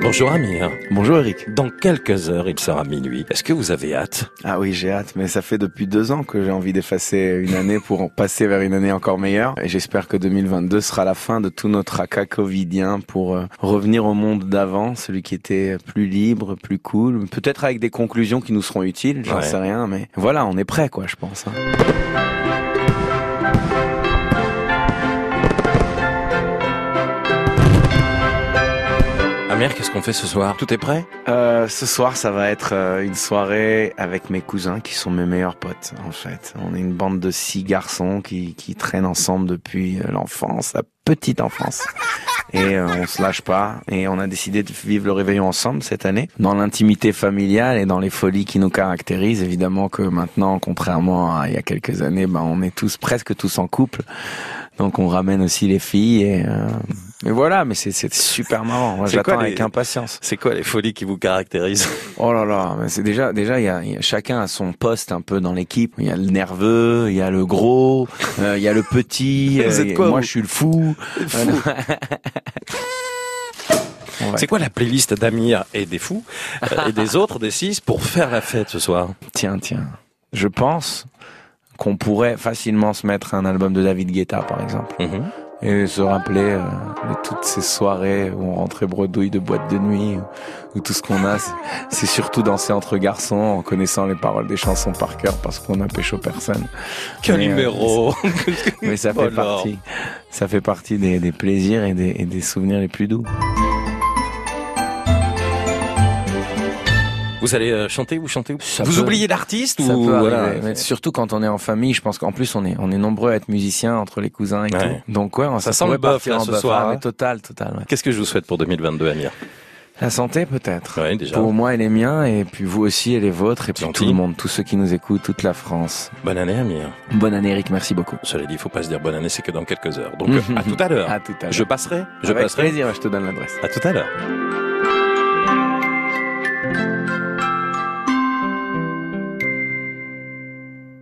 Bonjour Amir. Bonjour Eric. Dans quelques heures, il sera minuit. Est-ce que vous avez hâte Ah oui, j'ai hâte, mais ça fait depuis deux ans que j'ai envie d'effacer une année pour en passer vers une année encore meilleure. Et j'espère que 2022 sera la fin de tout notre tracas covidien pour euh, revenir au monde d'avant, celui qui était plus libre, plus cool, peut-être avec des conclusions qui nous seront utiles, j'en Ouais. sais rien, mais voilà, on est prêt quoi, je pense. hein. Amir, qu'est-ce qu'on fait ce soir Tout est prêt euh, Ce soir, ça va être euh, une soirée avec mes cousins qui sont mes meilleurs potes, en fait. On est une bande de six garçons qui, qui traînent ensemble depuis euh, l'enfance, la petite enfance. Et euh, on se lâche pas. Et on a décidé de vivre le réveillon ensemble cette année, dans l'intimité familiale et dans les folies qui nous caractérisent. Évidemment que maintenant, contrairement à il y a quelques années, ben on est tous presque tous en couple. Donc on ramène aussi les filles. Et, euh, et voilà, mais c'est- c'est super marrant. Moi, C'est quoi J'attends les- avec impatience. C'est quoi les folies qui vous caractérisent Oh là là, mais c'est déjà déjà il y a, il y a- chacun a son poste un peu dans l'équipe. Il y a le nerveux, il y a le gros, euh, il y a le petit. Vous euh, êtes et quoi, moi vous je suis le fou. Euh, Ouais. C'est quoi la playlist d'Amir et des fous euh, et des autres, des six, pour faire la fête ce soir Tiens tiens, je pense qu'on pourrait facilement se mettre un album de David Guetta par exemple Mhm. et se rappeler euh, de toutes ces soirées où on rentrait bredouille de boîte de nuit où, où tout ce qu'on a c'est- c'est surtout danser entre garçons en connaissant les paroles des chansons par cœur parce qu'on n'a pécho personne. Quel Mais, euh, numéro Mais ça fait Oh là. partie, ça fait partie des, des plaisirs et des, et des souvenirs les plus doux. Vous allez euh, chanter, vous chantez Ça Vous peut- oubliez l'artiste Ça ou peut voilà. arriver, mais surtout quand on est en famille. Je pense qu'en plus on est, on est nombreux à être musiciens entre les cousins et Ouais. tout. Donc ouais, on Ça ça sent le bœuf, pourrait partir là, en ce bœuf. soir, Ah, hein. mais total, total. ouais. Qu'est-ce que je vous souhaite pour 2022, Amir La santé peut-être. Oui, déjà. Pour moi et les miens, et puis vous aussi et les vôtres, et puis Gentil. tout le monde, tous ceux qui nous écoutent, toute la France. Bonne année, Amir. Bonne année Eric, merci beaucoup. Cela dit, il faut pas se dire bonne année, c'est que dans quelques heures. Donc, euh, à tout à l'heure. À tout à l'heure. Je passerai. Je Avec passerai. plaisir, je te donne l'adresse. À tout à l'heure.